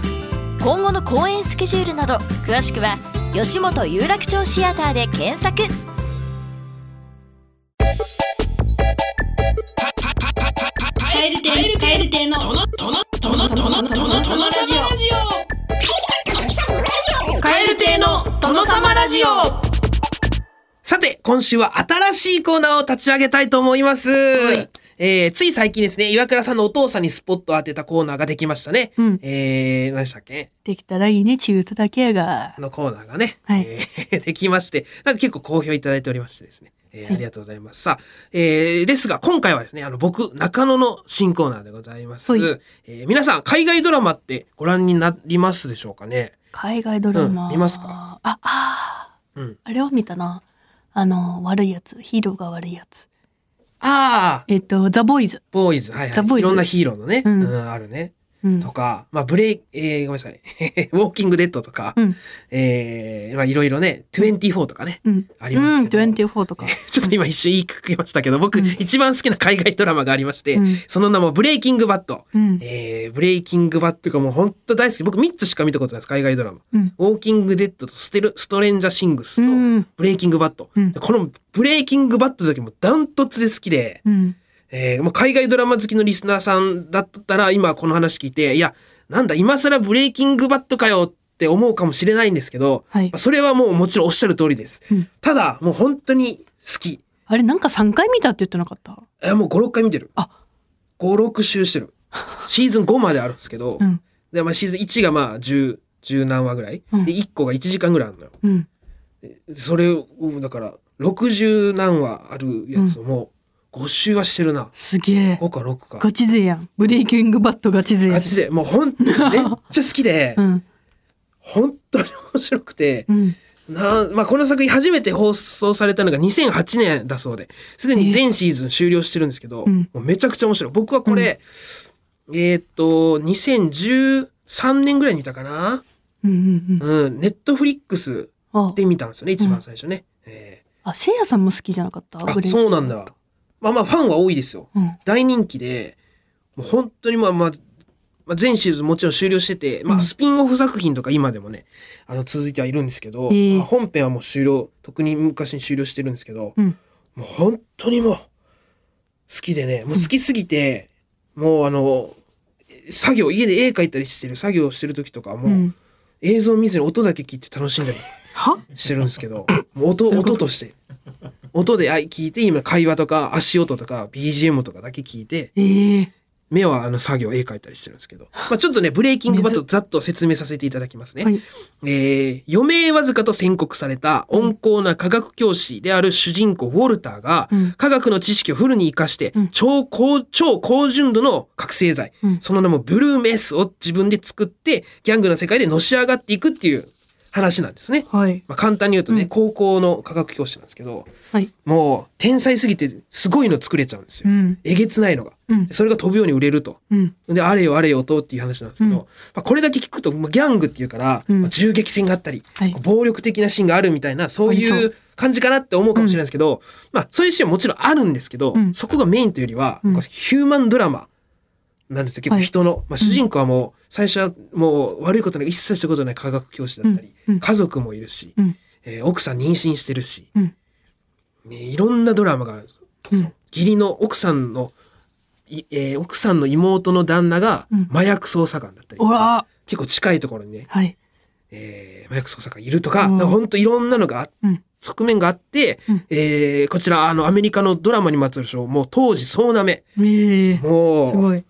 Speaker 3: 今後の公演スケジュールなど詳しくは吉本有楽町シアターで検索
Speaker 4: カエル亭カエル亭のトノトノトノトノトノトノサマラジオカエル亭のトノサマラジオ
Speaker 1: さて、今週は新しいコーナーを立ち上げたいと思います。えー、つい最近ですね、岩倉さんのお父さんにスポットを当てたコーナーができましたね。
Speaker 2: うん
Speaker 1: えー、何でしたっけ
Speaker 2: できたらいいね、ちゅうただけやが。
Speaker 1: のコーナーがね、
Speaker 2: はい
Speaker 1: えー できまして、なんか結構好評いただいておりましてですね。えーありがとうございます。さあ、えーですが、今回はですね、あの、僕、中野の新コーナーでございます。
Speaker 2: はい
Speaker 1: えー皆さん、海外ドラマってご覧になりますでしょうかね
Speaker 2: 海外ドラマ、
Speaker 1: うん見ますか
Speaker 2: ああー
Speaker 1: うん
Speaker 2: あれを見たなあの悪いやつヒーローが悪いやつ
Speaker 1: ああ、
Speaker 2: えっ、とザ・ボーイズ、
Speaker 1: ボーイズ、はいは
Speaker 2: ザ
Speaker 1: い。
Speaker 2: ボーイズ
Speaker 1: いろんなヒーローのね、
Speaker 2: うん
Speaker 1: うんあるね。
Speaker 2: うん
Speaker 1: とか、まあ、ブレイ、えーごめんなさい。 ウォーキングデッドとか、
Speaker 2: うん
Speaker 1: えーまあ、いろいろね、24とかね、
Speaker 2: うん、
Speaker 1: ありますけど
Speaker 2: うん、24とか
Speaker 1: ちょっと今一瞬言いかけましたけど、僕、
Speaker 2: うん
Speaker 1: 一番好きな海外ドラマがありまして、
Speaker 2: うん
Speaker 1: その名もブレイキングバット。
Speaker 2: うん
Speaker 1: えーブレイキングバットがもう本当大好き。僕3つしか見たことないです、海外ドラマ。
Speaker 2: うん
Speaker 1: ウォーキングデッドとステルストレンジャーシングス
Speaker 2: う
Speaker 1: と、
Speaker 2: ん
Speaker 1: ブレイキングバット、
Speaker 2: うん
Speaker 1: でこのブレイキングバットだけもダントツで好きで、
Speaker 2: うん
Speaker 1: えーもう海外ドラマ好きのリスナーさんだったら今この話聞いて、いや、なんだ、今更ブレイキングバットかよって思うかもしれないんですけど、
Speaker 2: はい
Speaker 1: それはもうもちろんおっしゃる通りです。
Speaker 2: うん
Speaker 1: ただ、もう本当に好き。
Speaker 2: あれなんか3回見たって言ってなかった
Speaker 1: えーもう5、6回見てる。
Speaker 2: あ
Speaker 1: 5、6周して る。シーズン5まであるんですけど、
Speaker 2: うん
Speaker 1: で、まあシーズン1がまあ10、10何話ぐらい。
Speaker 2: うん
Speaker 1: で、1個が1時間ぐらいあるのよ。
Speaker 2: うん
Speaker 1: それを、だから、60何話あるやつをもう5周はしてるな。
Speaker 2: すげえ
Speaker 1: 5か6か。
Speaker 2: ガチ勢やんブレイキングバットガチ勢や
Speaker 1: マ
Speaker 2: ん
Speaker 1: ジでもうほんめっちゃ好きで、
Speaker 2: うん
Speaker 1: 本当に面白くて、
Speaker 2: うん
Speaker 1: なまあ、この作品初めて放送されたのが2008年だそうですでに全シーズン終了してるんですけど、
Speaker 2: うん
Speaker 1: もうめちゃくちゃ面白い僕はこれ、えーっと2013年ぐらいに見たかな
Speaker 2: うんうんうん
Speaker 1: うんネットフリックス
Speaker 2: あ
Speaker 1: で見たんですよね一番最初ね、え
Speaker 2: あせいやさんも好きじゃなかった
Speaker 1: ーあそうなんだまあまあファンは多いですよ
Speaker 2: うん
Speaker 1: 大人気でもう本当にまあまあまあ全シーズンもちろん終了してて、ま
Speaker 2: う
Speaker 1: あ、
Speaker 2: ん
Speaker 1: スピンオフ作品とか今でもねあの続いてはいるんですけど、
Speaker 2: へー
Speaker 1: まあ本編はもう終了特に昔に終了してるんですけど、
Speaker 2: うん
Speaker 1: もう本当にもう好きでねもう好きすぎて、もうあの作業家で絵描いたりしてる作業してる時とかはも
Speaker 2: う
Speaker 1: う、
Speaker 2: ん
Speaker 1: 映像見ずに音だけ聞いて楽しんだり
Speaker 2: は
Speaker 1: してるんですけ どもう音
Speaker 2: どういうこと
Speaker 1: 音として音であ聞いて今会話とか足音とか BGM とかだけ聞いて
Speaker 2: ええ
Speaker 1: 目はあの作業絵描いたりしてるんですけど、まあ、ちょっとねブレイキングバットざっと説明させていただきますね、
Speaker 2: はい
Speaker 1: えー余命わずかと宣告された温厚な科学教師である主人公ウォルターが、
Speaker 2: うん
Speaker 1: 科学の知識をフルに活かして、
Speaker 2: うん
Speaker 1: 超高超高純度の覚醒剤、
Speaker 2: うん
Speaker 1: その名もブルーメスを自分で作ってギャングの世界でのし上がっていくっていう話なんですね、
Speaker 2: はい
Speaker 1: まあ、簡単に言うとね、
Speaker 2: うん
Speaker 1: 高校の科学教師なんですけど
Speaker 2: はい
Speaker 1: もう天才すぎてすごいの作れちゃうんですよ、
Speaker 2: うん
Speaker 1: えげつないのが
Speaker 2: うん
Speaker 1: それが飛ぶように売れると
Speaker 2: うん
Speaker 1: で、あれよあれよとっていう話なんですけど、
Speaker 2: うん
Speaker 1: まあ、これだけ聞くと、まあ、ギャングっていうから、
Speaker 2: うん
Speaker 1: まあ銃撃戦があったり、
Speaker 2: はい
Speaker 1: こう暴力的なシーンがあるみたいな、そう
Speaker 2: あり
Speaker 1: い
Speaker 2: そう
Speaker 1: 感じかなって思うかもしれないですけど、まあ、そういうシーンはもちろんあるんですけど、
Speaker 2: うん
Speaker 1: そこがメインというよりは、
Speaker 2: うん
Speaker 1: こうヒューマンドラマなんですよ。結構
Speaker 2: はい
Speaker 1: 人の、まあ、主人公はもう、最初はもう悪いことなんか一切したことない科学教師だったり、
Speaker 2: うんうん
Speaker 1: 家族もいるし、
Speaker 2: うん
Speaker 1: えー奥さん妊娠してるし、
Speaker 2: うん
Speaker 1: ね、いろんなドラマがあるんですよ。
Speaker 2: うん
Speaker 1: 義理の奥さんのいえー奥さんの妹の旦那が
Speaker 2: うん
Speaker 1: 麻薬捜査官だったり、
Speaker 2: おら
Speaker 1: 結構近いところにね、
Speaker 2: はい
Speaker 1: えー麻薬捜査官いるとか
Speaker 2: うん
Speaker 1: 本当いろんなのがあ
Speaker 2: うん
Speaker 1: 側面があって、
Speaker 2: うん
Speaker 1: えーこちらあのアメリカのドラマにまつわる賞もう当時総なめ
Speaker 2: ええす
Speaker 1: もう
Speaker 2: ごい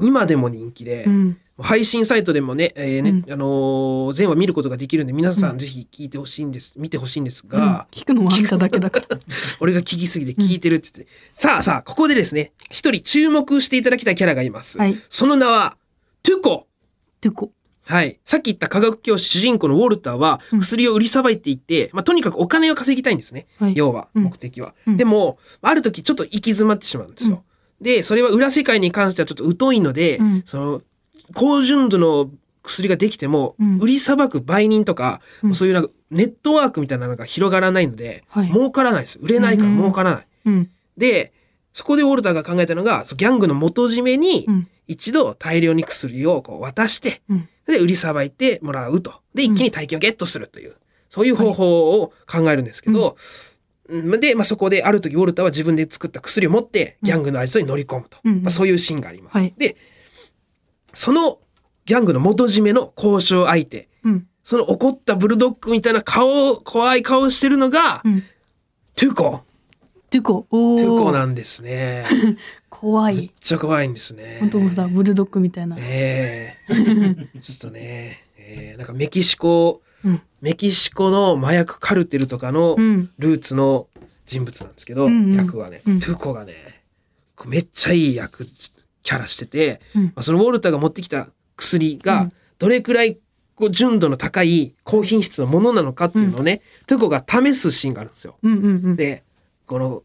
Speaker 1: 今でも人気で、
Speaker 2: うん
Speaker 1: 配信サイトでもね,、えーね
Speaker 2: う
Speaker 1: あのー全話見ることができるんで皆さ
Speaker 2: うんん
Speaker 1: ぜひ聞いてほしいんです見てほしいんです
Speaker 2: うん
Speaker 1: が、
Speaker 2: 聞くのはあんただけだから
Speaker 1: 俺が聞きすぎて聞いてるって言って、さあさあここでですね一人注目していただきたいキャラがいます、
Speaker 2: はい
Speaker 1: その名はトゥコ
Speaker 2: てこ
Speaker 1: はい。さっき言った科学教師主人公のウォルターは
Speaker 2: うん
Speaker 1: 薬を売りさばいていて、まあ、とにかくお金を稼ぎたいんですね。
Speaker 2: はい
Speaker 1: 要は、
Speaker 2: うん
Speaker 1: 目的は。
Speaker 2: うん
Speaker 1: でも、ある時ちょっと行き詰まってしまうんですよ。で、それは裏世界に関してはちょっと疎いので、
Speaker 2: うん
Speaker 1: その、高純度の薬ができても、
Speaker 2: うん
Speaker 1: 売りさばく売人とか、
Speaker 2: うん
Speaker 1: そういうなんかネットワークみたいなのが広がらないので、
Speaker 2: はい
Speaker 1: 儲からないです売れないから
Speaker 2: うん
Speaker 1: 儲からない、
Speaker 2: うん。
Speaker 1: でそこでウォルターが考えたのがそのギャングの元締めに
Speaker 2: うん。
Speaker 1: 一度大量に薬をこう渡して
Speaker 2: うん。
Speaker 1: で売りさばいてもらうとで一気に大金をゲットするという、そういう方法を考えるんですけど、うんで、まあ、そこである時ウォルターは自分で作った薬を持ってギャングのアジトに乗り込むと、
Speaker 2: うんうん
Speaker 1: まあ、そういうシーンがあります。
Speaker 2: はい
Speaker 1: でそのギャングの元締めの交渉相手
Speaker 2: うん。
Speaker 1: その怒ったブルドッグみたいな顔怖い顔してるのが、
Speaker 2: うん。
Speaker 1: トゥコ
Speaker 2: トゥコ。お
Speaker 1: トゥコ
Speaker 2: ー。
Speaker 1: なんです ね。
Speaker 2: 怖
Speaker 1: めっ
Speaker 2: い。
Speaker 1: ちゃ怖いんですね。
Speaker 2: 本当だ、ブルドッグみたいな。
Speaker 1: ええ ちょっとね、ええなんかメキシコ、
Speaker 2: うん
Speaker 1: メキシコの麻薬カルテルとかの
Speaker 2: うん。
Speaker 1: ルーツの人物なんですけど、
Speaker 2: うんうん
Speaker 1: 役はね、
Speaker 2: うん
Speaker 1: トゥコがね、こうめっちゃいい役、キャラしてて、
Speaker 2: うん
Speaker 1: まあ、そのウォルターが持ってきた薬
Speaker 2: う
Speaker 1: が
Speaker 2: ん、
Speaker 1: どれくらいこう純度の高い高品質のものなのかっていうのをね、トゥコが試すシーンがあるんですよ。
Speaker 2: うんうんうん。
Speaker 1: で、この、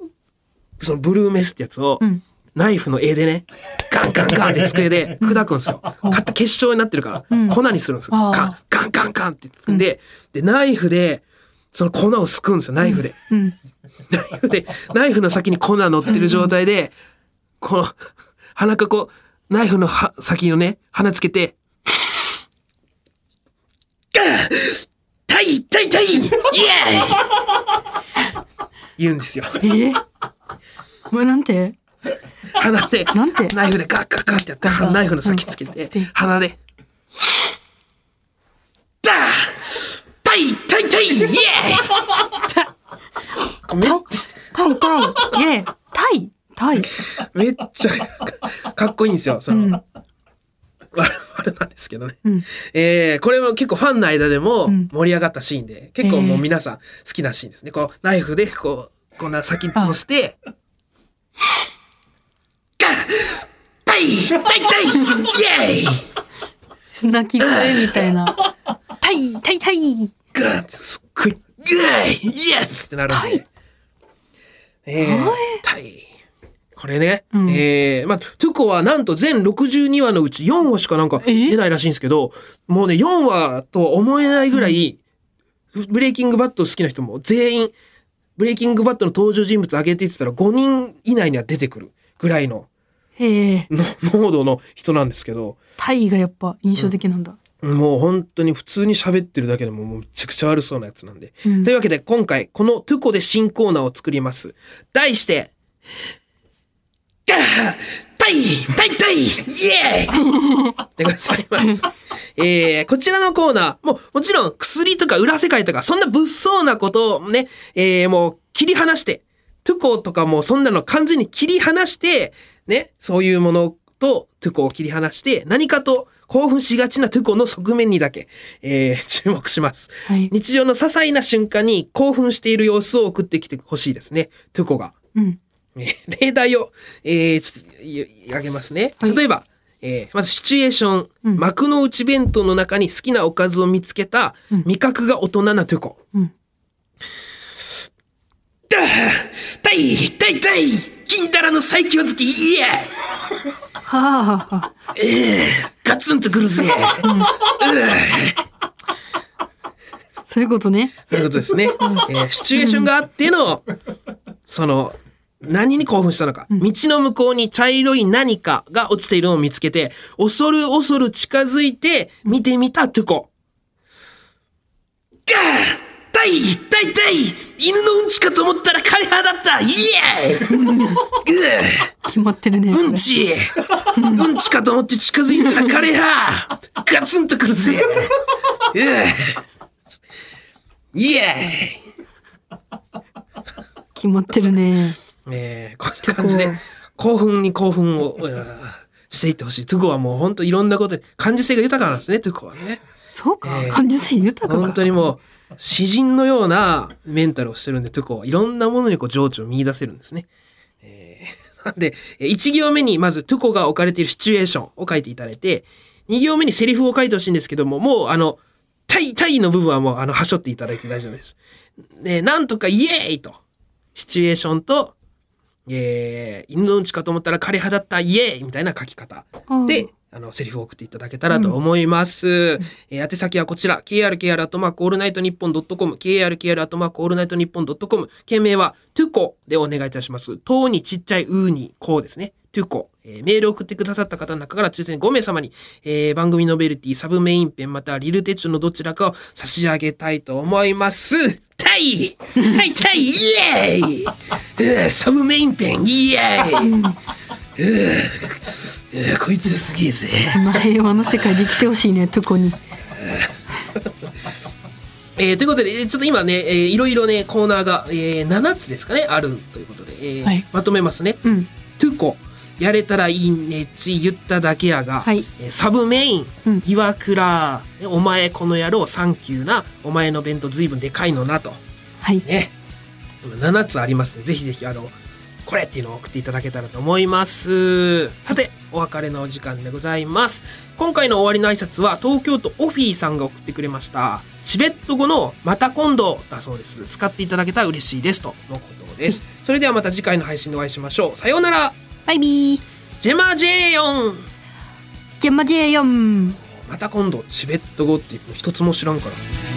Speaker 1: そのブルーメスってやつを、
Speaker 2: うん。
Speaker 1: ナイフの絵でね、ガンガンガンって机で砕くんですよ。
Speaker 2: うん
Speaker 1: 買った結晶になってるか
Speaker 2: うん
Speaker 1: ら、粉にするんですよ。
Speaker 2: あー
Speaker 1: ガン、ガンガンガンってつんで、で、ナイフで、その粉をすくうんですよ、ナイフで。
Speaker 2: うん。
Speaker 1: ナイフで、ナイフの先に粉乗ってる状態で、この、鼻かこう、ナイフのは先のね、鼻つけて、ガー痛い痛い痛いイエーイ言うんですよ。
Speaker 2: ええ。これなんて。
Speaker 1: 鼻で、
Speaker 2: なんて。
Speaker 1: ナイフでガッガッガッってやって、
Speaker 2: ガッ
Speaker 1: ナイフの先つけて
Speaker 2: うん、
Speaker 1: 鼻で、ダータイタイタイイエーイこれ
Speaker 2: タイタイ。イェー。タイ。タイ。
Speaker 1: めっちゃかっこいいんですよ。その、
Speaker 2: うん
Speaker 1: わあれなんですけどね。
Speaker 2: うん。
Speaker 1: えー、これも結構ファンの間でも
Speaker 2: うん
Speaker 1: 盛り上がったシーンで、結構も
Speaker 2: え
Speaker 1: う
Speaker 2: ー
Speaker 1: 皆さん好きなシーンですね。こう、ナイフで、こう、こんな先に乗せて、ガッタイタイタイイエーイ
Speaker 2: 泣き声みた いな。タイ。タイタイ。
Speaker 1: ガーッすっごい、グーイエスってなるんで。えー、タイ。これね、
Speaker 2: うん
Speaker 1: えー、まあ、トゥコはなんと全62話のうち4話しかなんか
Speaker 2: えー
Speaker 1: 出ないらしいんですけど、もうね、4話とは思えないぐらい、ブレイキングバット好きな人も全員、ブレイキングバットの登場人物挙げてって言ったら5人以内には出てくるぐらいの
Speaker 2: へえ。
Speaker 1: の濃度の人なんですけど、
Speaker 2: タイがやっぱ印象的なんだ。
Speaker 1: もう本当に普通に喋ってるだけでももうめちゃくちゃ悪そうなやつなんで。
Speaker 2: うん
Speaker 1: というわけで今回このトゥコで新コーナーを作ります。題して、ガータイタイタイイエーイでございます。えー、こちらのコーナー、もうもちろん薬とか裏世界とかそんな物騒なことをね、えー、もう切り離して、トゥコとかもうそんなの完全に切り離して、ね、そういうものとトゥコを切り離して、何かと興奮しがちなトゥコの側面にだけ、えー、注目します。
Speaker 2: はい。
Speaker 1: 日常の些細な瞬間に興奮している様子を送ってきてほしいですね。トゥコが。
Speaker 2: う
Speaker 1: え
Speaker 2: ん。
Speaker 1: ー 例題を、えーちょっとい、あげますね。
Speaker 2: はい
Speaker 1: 例えば、えーまずシチュエーション、
Speaker 2: うん
Speaker 1: 幕の内弁当の中に好きなおかずを見つけた、
Speaker 2: うん
Speaker 1: 味覚が大人なトゥコ。
Speaker 2: うん。
Speaker 1: だーたいたいたい銀だらの最強好きいえ
Speaker 2: はあはあはあ。
Speaker 1: ガツンとくるぜ
Speaker 2: そういうことね。
Speaker 1: ということですね。えーシチュエーションがあっての、その、何に興奮したのか。道の向こうに茶色い何かが落ちているのを見つけて、恐る恐る近づいて見てみたトゥコ。ガータイタイタイ犬のうんちかと思ったら枯葉だったイエ ーイうー
Speaker 2: 決まってるね。
Speaker 1: うんちうんちかと思って近づいたら彼やガツンとくる ぜうえイエーイ
Speaker 2: 決まってるね。
Speaker 1: えー、こんな感じで興奮に興奮をうわしていってほしい。トゥコはもう本当いろんなことに感受性が豊かなんですね、トゥコはね。
Speaker 2: そうか
Speaker 1: え。ー
Speaker 2: 感受性豊かか。
Speaker 1: 本当にもう詩人のようなメンタルをしてるんで、トゥコはいろんなものにこう情緒を見出せるんですね。えー なんで、えー1行目にまずトゥコが置かれているシチュエーションを書いていただいて、2行目にセリフを書いてほしいんですけども、もうあの、タイ、タイの部分はもうあの、はしょっていただいて大丈夫です。ね、なんとかイエーイと、シチュエーションと、えー犬のうんちかと思ったら枯葉だったイエーイみたいな書き方。
Speaker 2: うん
Speaker 1: で、あの、セリフを送っていただけたらと思います。えー宛先はこちら、krkr トマークオールナイトニッポンドットコム、krkr トマークオールナイトニッポンドットコム、件名は、トゥコでお願いいたします。とうにちっちゃいうーにこうですね。トゥコ。えーメールを送ってくださった方の中から抽選5名様に、えー番組ノベルティ、サブメインペン、またはリルテッチョのどちらかを差し上げたいと思います。タイタイタイイエーイうーサブメインペンイエーイうーうーこいつすげえぜ。
Speaker 2: まあ平和の世界で生きてほしいねとこに
Speaker 1: えーということで、えーちょっと今ね、えーいろいろね、コーナーが、えー7つですかね、あるということで、えー
Speaker 2: はい
Speaker 1: まとめますね。
Speaker 2: うん
Speaker 1: トゥコ、やれたらいいねち、言っただけやが、
Speaker 2: はい
Speaker 1: えーサブメイン
Speaker 2: うん、
Speaker 1: 岩倉、お前この野郎、サンキューな、お前の弁当ずいぶんでかいのなと。
Speaker 2: はい
Speaker 1: ね。7つありますね。ぜひぜひ、あの、これっていうのを送っていただけたらと思います。さて、お別れのお時間でございます。今回の終わりの挨拶は、東京都オフィーさんが送ってくれました。チベット語のまた今度だそうです。使っていただけたら嬉しいです。とのことです。それではまた次回の配信でお会いしましょう。さようなら
Speaker 2: バイビー
Speaker 1: ジェマジェヨン
Speaker 2: じゃあマジやよん
Speaker 1: また今度、チベット語って一つも知らんから。